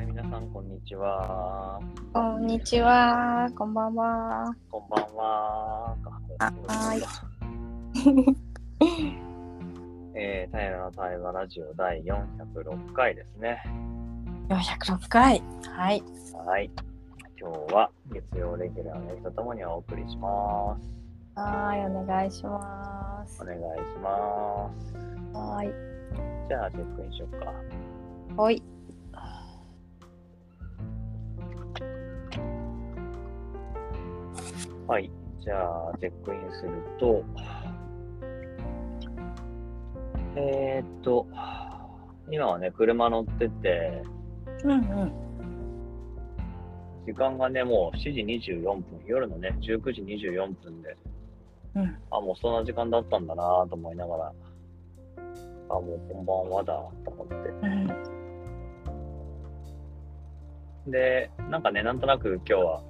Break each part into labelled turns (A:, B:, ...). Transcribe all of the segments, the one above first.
A: んにちは。
B: こんにちは、こんばんは。
A: こんばんは。
B: はい。
A: えー、平の対話ラジオ第406回ですね。
B: 406回。はい。
A: はい。今日は月曜レギュラーの人とともにお送りします。
B: はーい、お願いします
A: お。願いします。
B: はーい。
A: じゃあ、チェックインしよっか。
B: ほい。
A: はい。じゃあ、チェックインすると、えー、っと、今はね、車乗ってて、
B: うんうん。
A: 時間がね、もう7時24分、夜のね、19時24分で、
B: うん
A: あ、もうそんな時間だったんだなぁと思いながら、あ、もうこんばんはだと思っ
B: う
A: て。
B: ん。
A: で、なんかね、なんとなく今日は、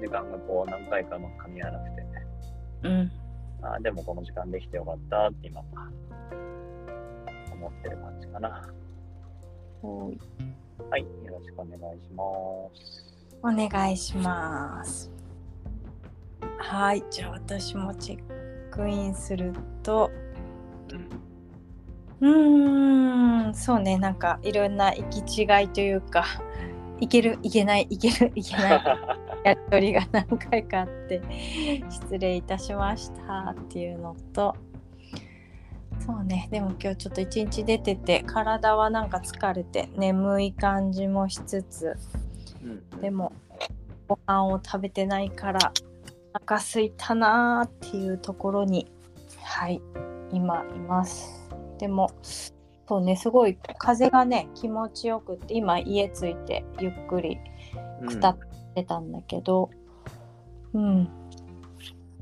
A: 時間がこう何回かも噛み合わなくて、
B: うん。
A: あ、でもこの時間できてよかったって今、思ってる感じかな。
B: ほい。
A: はい、よろしくお願いします。
B: お願いします。はい。じゃあ私もチェックインすると、うーん、そうね、なんかいろんな行き違いというか、いける、いけない、いける、いけない。やり取りが何回かあって失礼いたしましたっていうのとそうねでも今日ちょっと一日出てて体はなんか疲れて眠い感じもしつつ
A: うん
B: でもご飯を食べてないからお腹すいたなーっていうところにはい今いますでもそうねすごい風がね気持ちよくって今家着いてゆっくりくたってたんだけど、うん、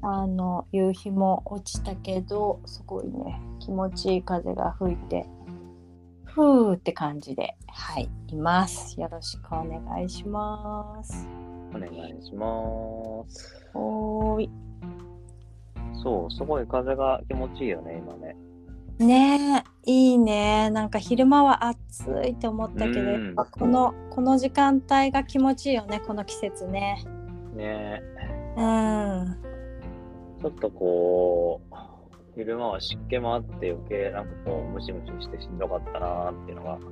B: あの夕日も落ちたけどすごいね気持ちいい風が吹いてふーって感じではいいますよろしくお願いします
A: うんお願いします。
B: おーい
A: そう、すごい風が気持ちいいよね、今ね。
B: ねえいいねなんか昼間は暑いって思ったけど、
A: うん
B: やっぱこのこの時間帯が気持ちいいよねこの季節ね
A: ね
B: うん
A: ちょっとこう、昼間は湿気もあって余計なんかこう、ムシムシしてしんどかったなーっていうのが、ま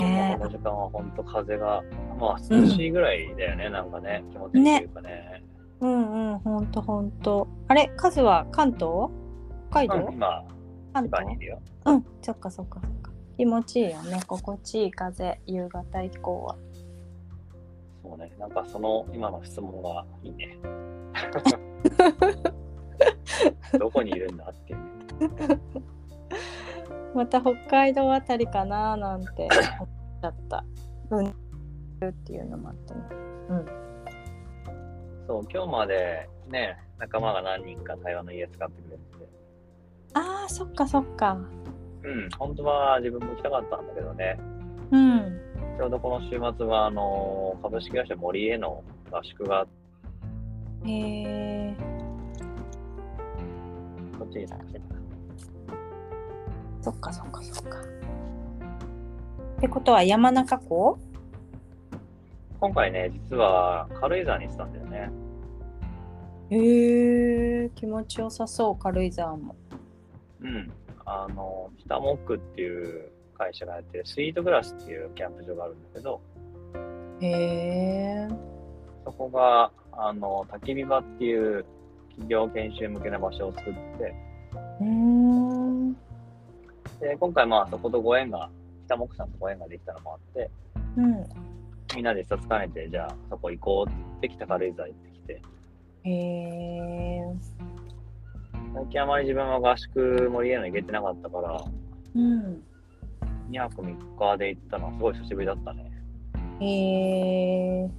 A: あ
B: ね
A: この時間は本当風が、まあ涼しいぐらいだよね、なんかね、気持ちいいというかね。
B: うんうん、ほんとほんと。あれ、カズは関東北海道、
A: うん今、
B: 関
A: 千葉にい
B: 東
A: るよ。
B: うん、そっかそっかそっか。気持ちいいよね、心地いい風、夕方以降は。
A: そうね、なんかその今の質問がいい ね。どこにいるんだっていうね。
B: また北海道あたりかななんて思っちゃった。うん、っていうのもあってね。
A: そう、今日までね、仲間が何人か台湾の家使ってくれてて、
B: あー、そっかそっか。
A: うん、本当は自分も行きたかったんだけどね、
B: うん。
A: ちょうどこの週末は、あのー株式会社森への合宿があって、
B: へえ、
A: こっちに参加してた。
B: そっかそっかそっか。ってことは山中湖
A: 今回ね、実は軽井沢に行ってたんだよね。
B: へえ、気持ちよさそう、軽井沢も。
A: うん。あのー、北モックっていう会社がやってる、スイートグラスっていうキャンプ場があるんだけど、
B: へえ。
A: そこが、あのー、焚き火場っていう企業研修向けの場所を作って
B: うーん。
A: て、で、今回まあそことご縁が、北モックさんとご縁ができたのもあって、
B: うん。
A: みんなで一冊兼ねて、じゃあそこ行こうって言って北軽井沢行ってきて、
B: へえ。
A: 最近あまり自分は合宿森への行けてなかったから、
B: うん。
A: 2泊3日で行ったのはすごい久しぶりだったね。
B: へえ。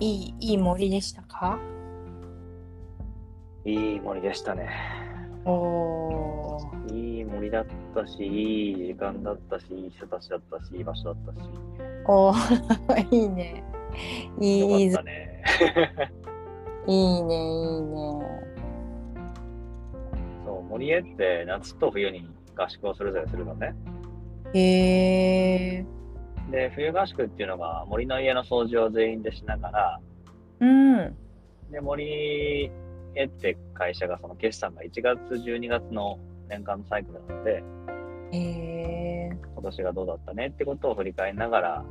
B: いい、いい森でしたか。
A: いい森でしたね。
B: おお。
A: いい森だったし、いい時間だったし、いい人たちだったし、いい場所だったし、
B: おお。 いいね。いい
A: よ
B: ぞ
A: かっ。たね。
B: いいね、いいね。
A: そう、森へって夏と冬に合宿をそれぞれするのね。
B: へえ。
A: で、冬合宿っていうのが森の家の掃除を全員でしながら、
B: うん。
A: で、森へって会社がその決算が1月、12月の年間のサイクルなので、
B: へえ。
A: 今年がどうだったねってことを振り返りながら、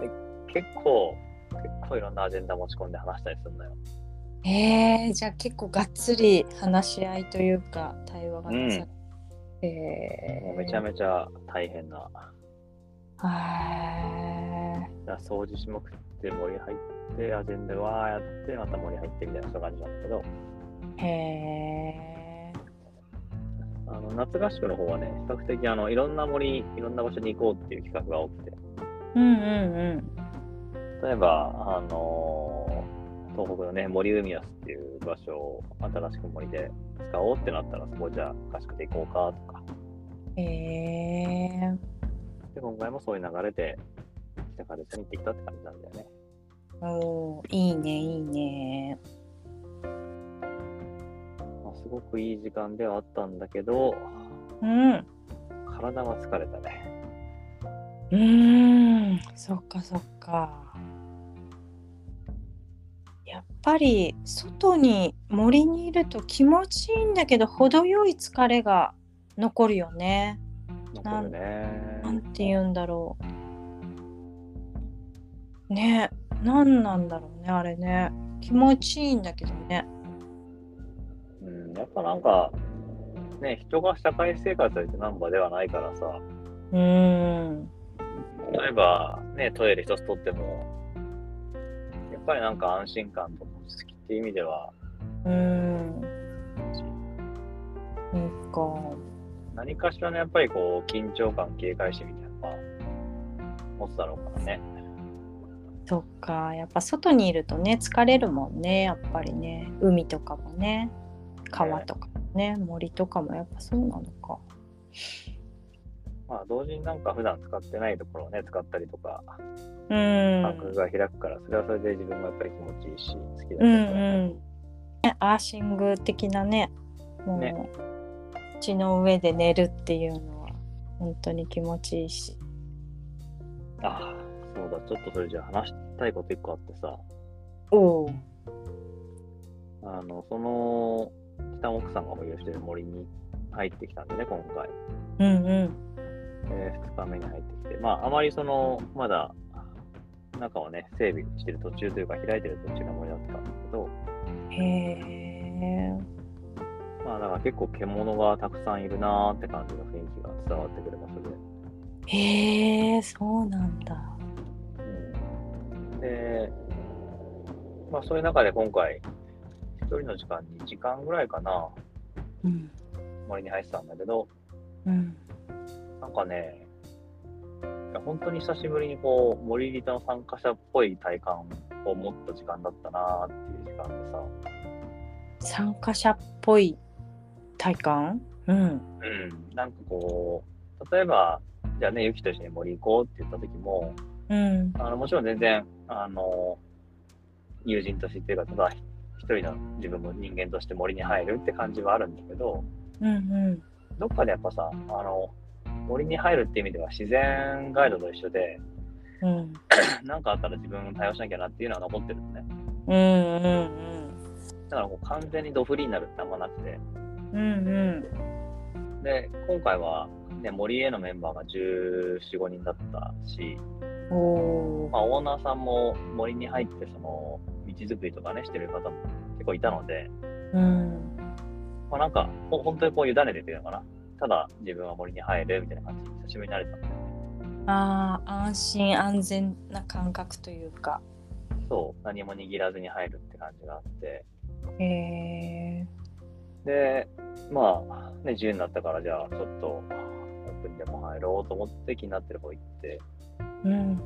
A: で結構、結構いろんなアジェンダ持ち込んで話したりするのよ。
B: へえ。じゃあ結構がっつり話し合いというか対話がなされて。へ
A: もうめちゃ
B: ち
A: めちゃ大変な。
B: ゃ。は
A: だから掃除しまくって森入って、アジェンダわーやって、また森入ってみたいなそういう感じなんだけど、
B: い。へえ。
A: あの夏合宿の方はね、比較的あのいろんな森、いろんな場所に行こうっていう企画が多くて、
B: うんうん
A: 例えば、あのー東北のね、森海安っていう場所を新しく森で使おうってなったら、そこじゃあ合宿で行こうかとか、
B: うん。へえ。
A: で今回もそういう流れで、北風に行ってきたって感じなんだよね。
B: おーいいねいいね。
A: まあ、すごくいい時間ではあったんだけど、
B: うん。
A: 体は疲れたね。
B: うーん、そっかそっか。やっぱり外に森にいると気持ちいいんだけど程よい疲れが残るよね。
A: 残る
B: なん
A: ね。
B: て言うんだろう。ねなんなんだろうねあれね。気持ちいいんだけどね。
A: うん、やっぱなんか、ね、人が社会生活を営ナンバではないからさ、
B: うーん。
A: 例えば、ね、トイレ一つとっても、やっぱりなんか安心感とか落ち着きっていう意味では、
B: うーん。なんか。
A: 何かしらのやっぱりこう、緊張感、警戒心みたいなのは持つだろうからね。
B: そっかやっぱ外にいるとね疲れるもんねやっぱりね海とかもね川とかもね森とかもやっぱそうなのか
A: まあ、同時になんか普段使ってないところをね、使ったりとか、
B: う
A: 感覚
B: ん
A: が開くから、それはそれで自分もやっぱり気持ちいいし、好きだっ
B: うん
A: たから。
B: うんねアーシング的なねもう
A: ね
B: 地の上で寝るっていうのは本当に気持ちいいし
A: ああ、そうだ、ちょっとそれじゃあ話したいこと一個あってさ、
B: おう
A: あの、その、北奥さんが保有してる森に入ってきたんでね、今回。
B: うんうん
A: え2日目に入ってきて、まあ、あまりその、まだ、中をね、整備してる途中というか、開いてる途中の森だったんだけど、
B: へえ
A: まあ、だから結構獣がたくさんいるなーって感じの雰囲気が伝わってくる場所で。
B: へえそうなんだ
A: で、まあ、そういう中で今回、一人の時間に1時間ぐらいかな、
B: うん
A: 森に入ってたんだけど、
B: うん
A: なんかね、いや本当に久しぶりにこう、森リタの参加者っぽい体感を持った時間だったなーっていう時間でさ、
B: 参加者っぽい体感うん
A: うん、なんかこう、例えば、じゃあね、ゆきと一緒に森行こうって言った時も、
B: うん
A: あのもちろん全然、あの、友人としてっていうか、ただ一人の自分も人間として森に入るって感じはあるんだけど、
B: うん
A: どっかでやっぱさ、あの、森に入るって意味では自然ガイドと一緒で、
B: うんうん
A: なんかあったら自分も対応しなきゃなっていうのは残ってるんね。
B: うんうん
A: だからこう完全にドフリーになるってあんまなくて。
B: うんうん
A: で、今回は、ね、森へのメンバーが14、5人だったし、
B: うんおー
A: まあ、オーナーさんも森に入ってその道づくりとかねしてる方も結構いたので、
B: うん
A: まあ、なんかほ本当にこう委ねてっていうのかなただ自分は森に入るみたいな感じに久しぶりになれたんで
B: あー安心安全な感覚というか
A: そう何も握らずに入るって感じがあって
B: へえ
A: でまあね自由になったからじゃあちょっとオープンでも入ろうと思って気になってる方行って
B: うん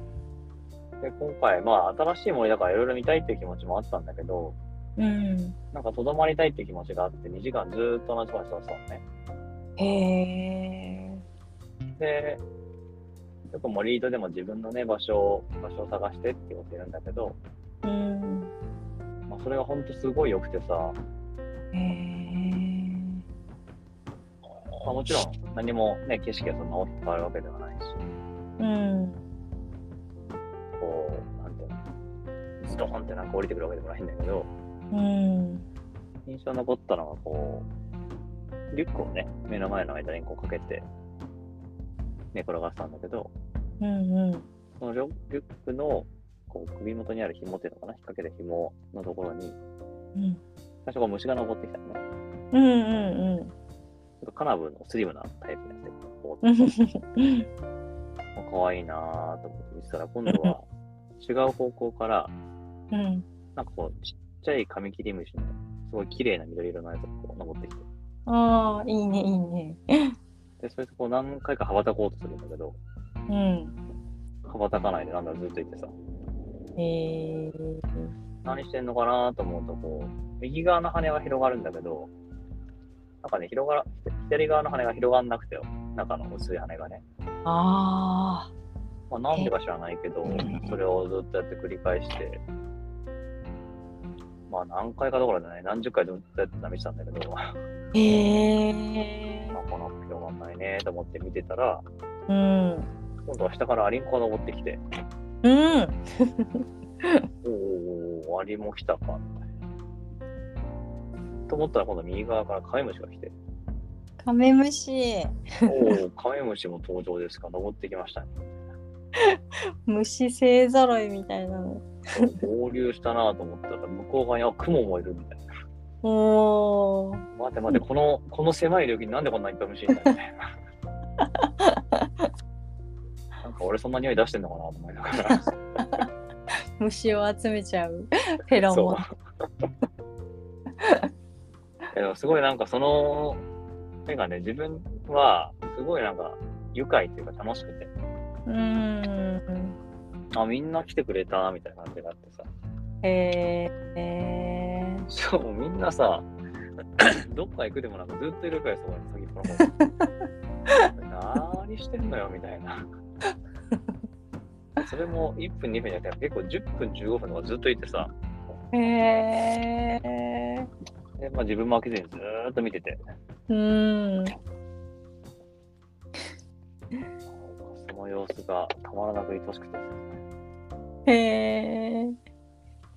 A: で今回まあ新しい森だからいろいろ見たいっていう気持ちもあったんだけど
B: うん
A: なんかとどまりたいって気持ちがあって2時間ずーっと同じ場所だったのね
B: へえ
A: で、よく森井戸でも自分のね、場所を、場所を探してってこと言うんだけど、
B: うん
A: まあ、それがほんとすごい良くてさ、
B: へえ
A: まあ、もちろん何も、ね、景色がそんな大きく変わるわけではないし、
B: うん。
A: こう、なんていうの、ズドンってなんか降りてくるわけでもないんだけど、
B: うん。
A: 印象に残ったのは、こう、リュックをね、目の前の間にこうかけて寝転がってたんだけど、
B: うんうん。
A: そのリュリュックのこう首元にある紐っていうのかな、引っ掛けた紐のところに、
B: うん。
A: 最初こう虫が登ってきたのね。ち
B: うんうんうん。
A: ょっとカナブーのスリムなタイプのやつで、こう
B: うん
A: かわいいなぁと思って見てたら、今度は違う方向から、
B: うん。
A: なんかこう、ちっちゃいカミキリムシの、すごい綺麗な緑色のやつがこう登ってきて、
B: ああ、いいね、いいね。
A: で、それとこう何回か羽ばたこうとするんだけど、
B: うん。
A: 羽ばたかないでなんだずっといてさ、
B: ええ
A: 何してんのかなと思うと、こう、右側の羽は広がるんだけど、なんかね、広がら、左側の羽が広がんなくてよ、中の薄い羽がね。
B: ああ。
A: まあ、なんでか知らないけど、それをずっとやって繰り返して、まあ何回かどころじゃない、何十回ずっとやって試したんだけど、 まあ
B: ええ
A: この子広がんないねと思って見てたら、
B: うん。
A: 今度は下からアリンコが登ってきて、
B: うん。
A: おーおーおーアリも来たか、みたいな。と思ったら今度右側からカメムシが来て、
B: カメムシ。
A: おお、カメムシも登場ですか、登ってきましたね。
B: 虫勢ぞろいみたいなの。
A: 合流したなと思ったら、向こう側にあ雲もいるみたいな。
B: おお。
A: 待て待て、このこの狭い領域になんでこんなにいっぱい虫いるんだみたい な。なんか俺そんな匂い出してんのかなと思いながら。
B: 虫を集めちゃ う。ペ ロモン。
A: そうでもすごいなんかその絵がね、自分はすごいなんか愉快っていうか楽しくて、
B: うん。
A: あ、みんな来てくれたみたいな感じがあってさ。
B: ええ
A: しかもみんなさ、 どっか行くでもなくずっといるからさ、先っぽの方 何してんのよみたいな。 それも1分、2分じゃなくて、結構10分、15分とかずっといてさ、
B: ええ
A: でまあ、自分も飽きずにずーっと見てて、
B: うん。
A: その様子がたまらなく愛しくて、
B: へえ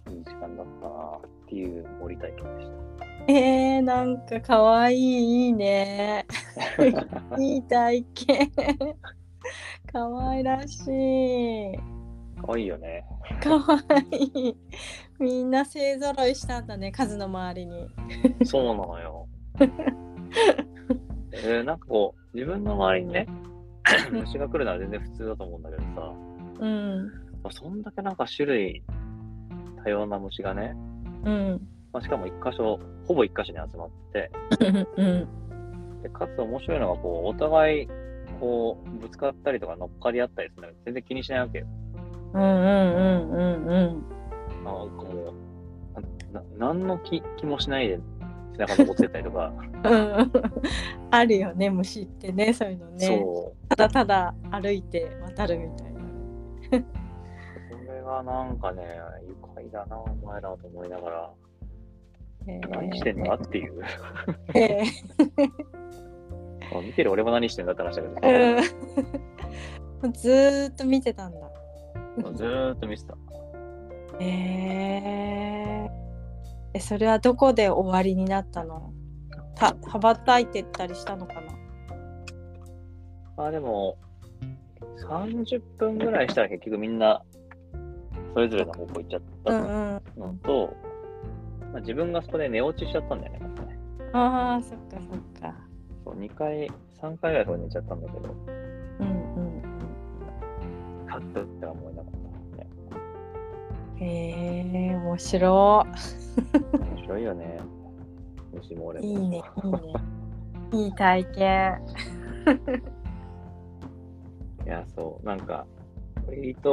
A: いい時間だったなっていう森体験でし
B: えー、なんかかわいい、い いね。いい体験。かわいらしい。
A: た。かわいいよね。
B: かわいい。みんな勢ぞろいしたんだね、数の周りに。
A: そうなのよ。えーなんかこう、自分の周りにね、 虫が来るのは全然普通だと思うんだけどさ、
B: うん。
A: まあ、そんだけなんか種類多様な虫がね、
B: うん。
A: まあ、しかも一箇所ほぼ一箇所に集まって
B: うん。
A: てでかつ面白いのがこうお互いこうぶつかったりとか乗っかり合ったりするの全然気にしないわけよ。
B: うんうんうんうん
A: あのこうなな何の気気もしないで背中登ってったりとか、
B: うんうん。あるよね、虫ってね、そういうの ね。
A: そう
B: ただただ歩いて渡るみたいな。
A: これがなんかね愉快だなお前らと思いながら
B: えー
A: 何してんだっていう
B: えー
A: 見てる俺も何してんだって話だけど、
B: うん ずーっと見てたんだ。
A: ずーっと見てた。
B: えー、え、それはどこで終わりになったのた羽ばたいてったりしたのかな
A: まあでも、30分ぐらいした ら結局みんな、それぞれの方向行っちゃっ
B: うん
A: た
B: うん。
A: のと、まあ、自分がそこで寝落ちしちゃったんだよね。なんかね
B: ああ、そっかそっか。
A: そう2回、3回ぐらいそこで寝ちゃったんだけど、
B: うん
A: カッとって思いなかった、ね。
B: うん。へえー、面白
A: 面白いよね。虫も俺
B: い。
A: も。
B: いいね、いいね。いい体験。
A: いや、そう、なんか、伊藤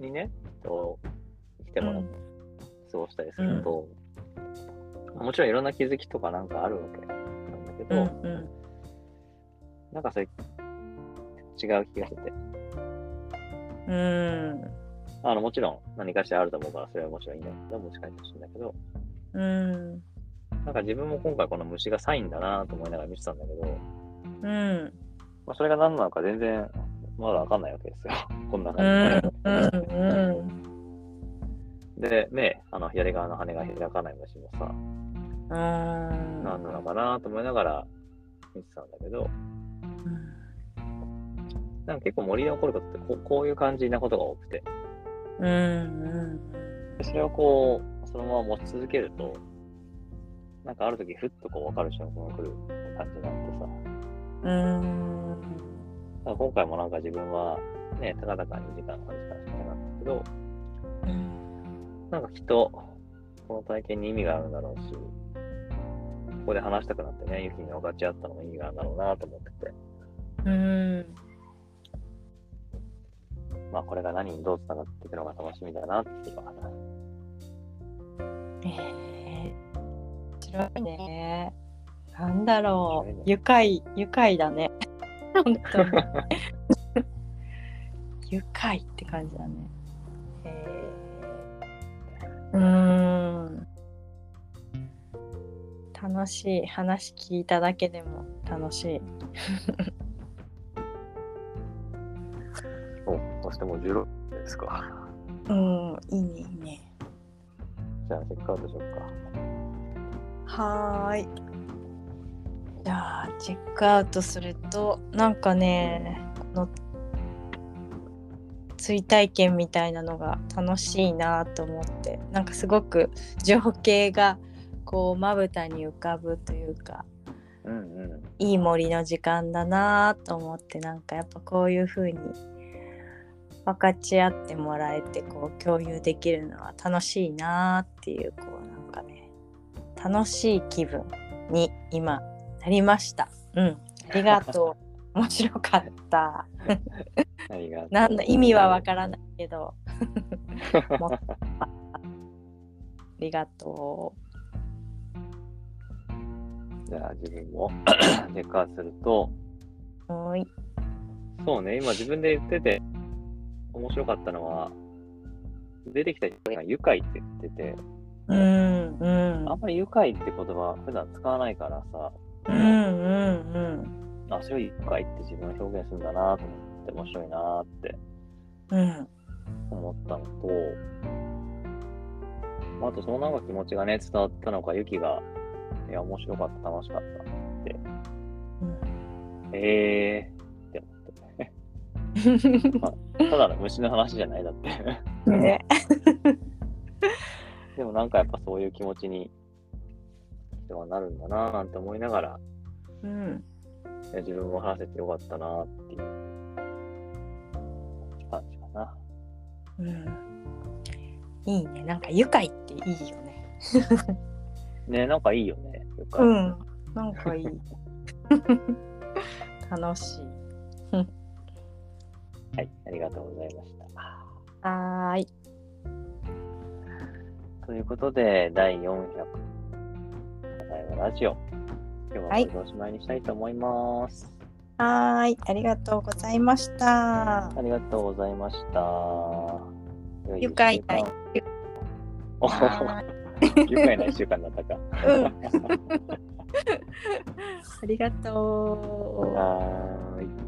A: にね、と来てもらって過ごしたりすると、もちろんいろんな気づきとかなんかあるわけなんだけ
B: うん
A: ど、
B: う
A: なんかそれ、違う気がしてて。
B: ん。うん。
A: あの、もちろん何かしらあると思うから、それはもちろんいいんだけど、持ち帰ってほしいんだけど、
B: うん。
A: なんか自分も今回この虫がサインだなと思いながら見てたんだけど、
B: うん
A: まあ、それが何なのか全然まだわかんないわけですよ。 こんな
B: う
A: 感
B: ん
A: じ
B: うん
A: で。で、ね、あの左側の羽が開かない虫もさ、
B: うん
A: 何なのかなと思いながら見てたんだけど、なんか結構森で起こることってこうこういう感じなことが多くて、
B: うんうん
A: でそれをこう、そのまま持ち続けると、なんかある時ふっとこう分かる瞬間が来る感じがあってさ、
B: うん
A: だから今回もなんか自分はね、たかだか2時間、3時間しかなかったけど、なんかきっと、この体験に意味があるんだろうし、ここで話したくなってね、ユキに分かち合ったのも意味があるんだろうなと思ってて、
B: うん
A: まあこれが何にどうつながっていくのが楽しみだなっていうか、
B: ええ面白いね。なんだ
A: 面白
B: ろ
A: いね
B: う、愉快、愉快だね。本当 に。愉快って感じだね。えーうーん。楽しい話聞いただけでも楽しい。
A: おそしてもう16分ですか。
B: うん、いいね、いいね。
A: じゃあチェックアウトしようか。
B: はーい。じゃあチェックアウトするとなんかねこの追体験みたいなのが楽しいなと思ってなんかすごく情景がこうまぶたに浮かぶというか
A: うんうん。
B: いい森の時間だなと思ってなんかやっぱこういう風に分かち合ってもらえてこう共有できるのは楽しいなっていうこうなんかね楽しい気分に今なりました。うん、ありがとう。面白かっ
A: あ
B: た。
A: りがとう
B: 何の意味はわからないけど。 もっとありがと
A: じゃあ自分も チェックアウトすると、
B: う。はい。
A: そうね、今自分で言ってて、面白かったのは、出てきた人が愉快って言ってて、
B: うんうん
A: あんまり愉快って言葉普段使わないからさ、
B: うんうんうん
A: あ、それを愉快って自分は表現するんだなと思って、面白いなって
B: うん
A: 思ったのと、まああとそのなんか気持ちがね、伝わったのか、ゆきが、いや、面白かった、楽しかった。へえーって思って。
B: うん。
A: ただの虫の話じゃないだって。
B: ね。
A: でもなんかやっぱそういう気持ちに人はなるんだなぁなんて思いながら、
B: うん。
A: いや自分も話せてよかったなぁっていう感じかな。
B: うん。いいね。なんか愉快っていいよね。
A: ねなんかいいよね。よか
B: うん。なんかいい。 楽しい。
A: はい、ありがとうございました。
B: はーい。
A: ということで、第400回はラジオ。今日はこれでおしまいにしたいと思います。
B: はーい。ありがとうございま した。
A: ありがとうございました。良い
B: 愉快な
A: 一週間。お
B: は
A: 愉快な1週間だったか。
B: うんありがとう。
A: はーい。